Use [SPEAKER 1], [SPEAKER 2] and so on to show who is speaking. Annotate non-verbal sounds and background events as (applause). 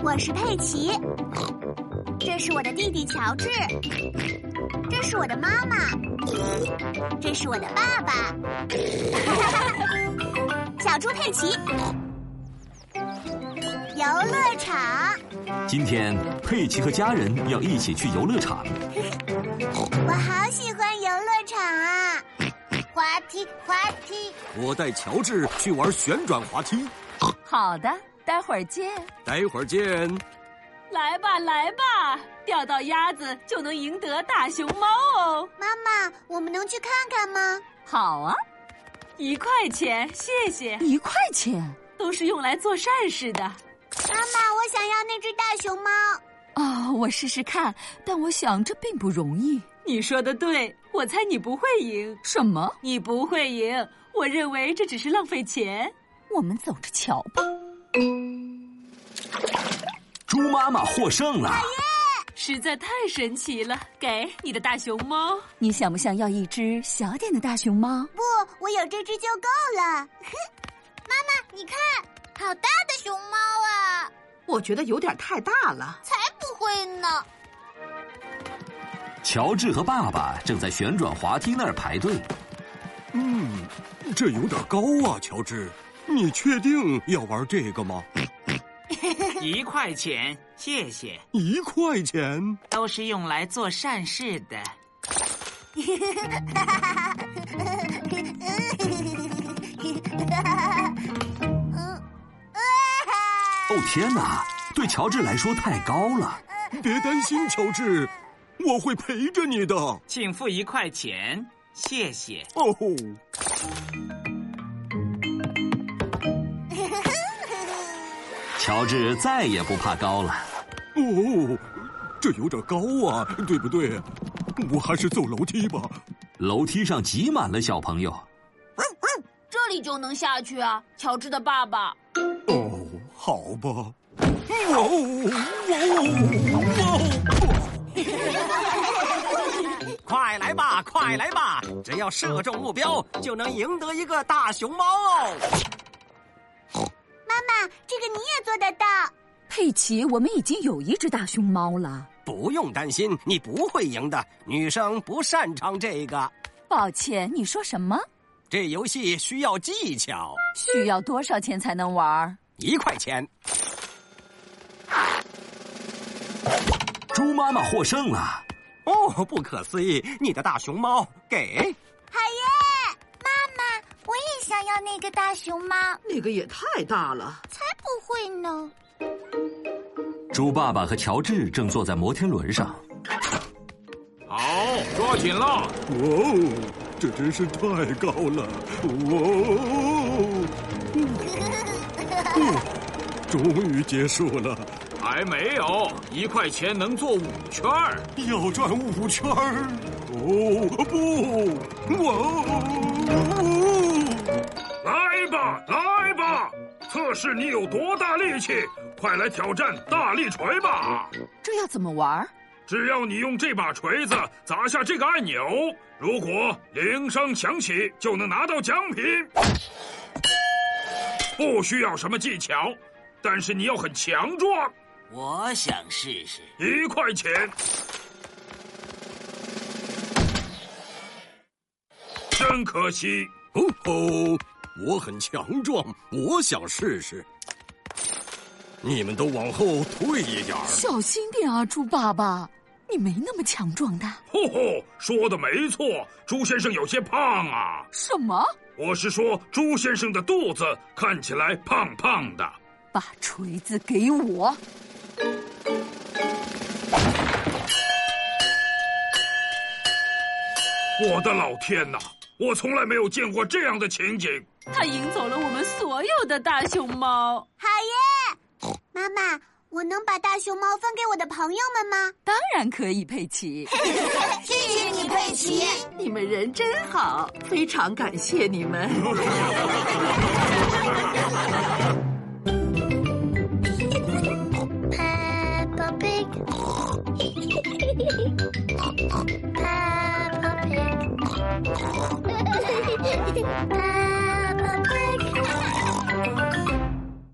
[SPEAKER 1] 我是佩奇，这是我的弟弟乔治，这是我的妈妈，这是我的爸爸， (laughs) 小猪佩奇，游乐场，
[SPEAKER 2] 今天佩奇和家人要一起去游乐场，
[SPEAKER 1] 我好喜欢游乐场啊！滑梯，滑梯，
[SPEAKER 3] 我带乔治去玩旋转滑梯，
[SPEAKER 4] 好的，待会儿见。
[SPEAKER 3] 待会儿见。
[SPEAKER 5] 来吧，来吧，钓到鸭子就能赢得大熊猫哦！
[SPEAKER 1] 妈妈，我们能去看看吗？
[SPEAKER 4] 好啊，
[SPEAKER 5] 一块钱，谢谢，
[SPEAKER 4] 一块钱
[SPEAKER 5] 都是用来做善事的。
[SPEAKER 1] 妈妈，我想要那只大熊猫。
[SPEAKER 4] 啊、我试试看，但我想这并不容易。
[SPEAKER 5] 你说的哦对，我猜你不会赢，
[SPEAKER 4] 什么？
[SPEAKER 5] 你不会赢。我认为这只是浪费钱。
[SPEAKER 4] 我们走着瞧吧。
[SPEAKER 2] 猪妈妈获胜了。
[SPEAKER 5] 实在太神奇了！给你的大熊猫，
[SPEAKER 4] 你想不想要一只小点的大熊猫？
[SPEAKER 1] 不，我有这只就够了。 (laughs) 妈妈，你看，好大的熊猫啊！
[SPEAKER 6] 我觉得有点太大了。
[SPEAKER 1] 才不会呢！ (laughs)
[SPEAKER 2] 乔治和爸爸正在旋转滑梯那儿排队，
[SPEAKER 3] 嗯，这有点高啊，乔治，你确定要玩这个吗？
[SPEAKER 7] 一块钱，谢谢，
[SPEAKER 3] 一块钱，
[SPEAKER 7] 都是用来做善事的。
[SPEAKER 2] 哦天哪，对乔治来说太高了。
[SPEAKER 3] 别担心，乔治，我会陪着你的。
[SPEAKER 7] 请付一块钱，谢谢。
[SPEAKER 3] 哦，
[SPEAKER 2] 乔治再也不怕高了。
[SPEAKER 3] 哦，这有点高啊，对不对？我还是走楼梯吧。
[SPEAKER 2] 楼梯上挤满了小朋友。
[SPEAKER 8] 这里就能下去啊！乔治的爸爸，
[SPEAKER 3] 哦，好吧。哇哦，哇哦，哇哦！
[SPEAKER 9] 快来吧，快来吧！只要射中目标，就能赢得一个大熊猫哦。
[SPEAKER 1] 妈妈，这个你也做得到。
[SPEAKER 4] 佩奇，我们已经有一只大熊猫了，
[SPEAKER 9] 不用担心，你不会赢的。女生不擅长这个，
[SPEAKER 4] 抱歉，你说什么？
[SPEAKER 9] 这游戏需要技巧。
[SPEAKER 4] 需要多少钱才能玩儿？
[SPEAKER 9] 一块钱，
[SPEAKER 2] 猪妈妈获胜了。
[SPEAKER 9] 哦，不可思议！你的大熊猫给
[SPEAKER 1] 好耶！妈妈，我也想要那个大熊猫，
[SPEAKER 6] 那个也太大了。
[SPEAKER 1] 才不会呢！
[SPEAKER 2] 猪爸爸和乔治正坐在摩天轮上，
[SPEAKER 10] 好，抓紧了，
[SPEAKER 3] 哇哦，这真是太高了！哇哦，终于结束了，
[SPEAKER 10] 还没有，一块钱能做五圈儿。
[SPEAKER 3] 要转五圈儿。哦不，哇哦！
[SPEAKER 10] 来吧，来吧，测试你有多大力气，快来挑战大力锤吧！
[SPEAKER 4] 这要怎么玩儿？
[SPEAKER 10] 只要你用这把锤子砸下这个按钮，如果铃声响起，就能拿到奖品。不需要什么技巧，但是你要很强壮。
[SPEAKER 7] 我想试试。
[SPEAKER 10] 一块钱，真可惜。
[SPEAKER 3] 哦吼，
[SPEAKER 9] 我很强壮，我想试试。
[SPEAKER 3] 你们都往后退一点儿。
[SPEAKER 4] 小心点啊，猪爸爸，你没那么强壮的。
[SPEAKER 10] 吼吼，说的没错，朱先生有些胖啊。
[SPEAKER 4] 什么？
[SPEAKER 10] 我是说，朱先生的肚子看起来胖胖的。
[SPEAKER 4] 把锤子给我！
[SPEAKER 10] 我的老天哪，我从来没有见过这样的情景。
[SPEAKER 5] 它赢走了我们所有的大熊猫。
[SPEAKER 1] 好耶！妈妈，我能把大熊猫分给我的朋友们吗？
[SPEAKER 4] 当然可以，佩奇。
[SPEAKER 1] 谢谢你，佩奇。
[SPEAKER 6] 你们人真好，非常感谢你们。
[SPEAKER 1] (laughs)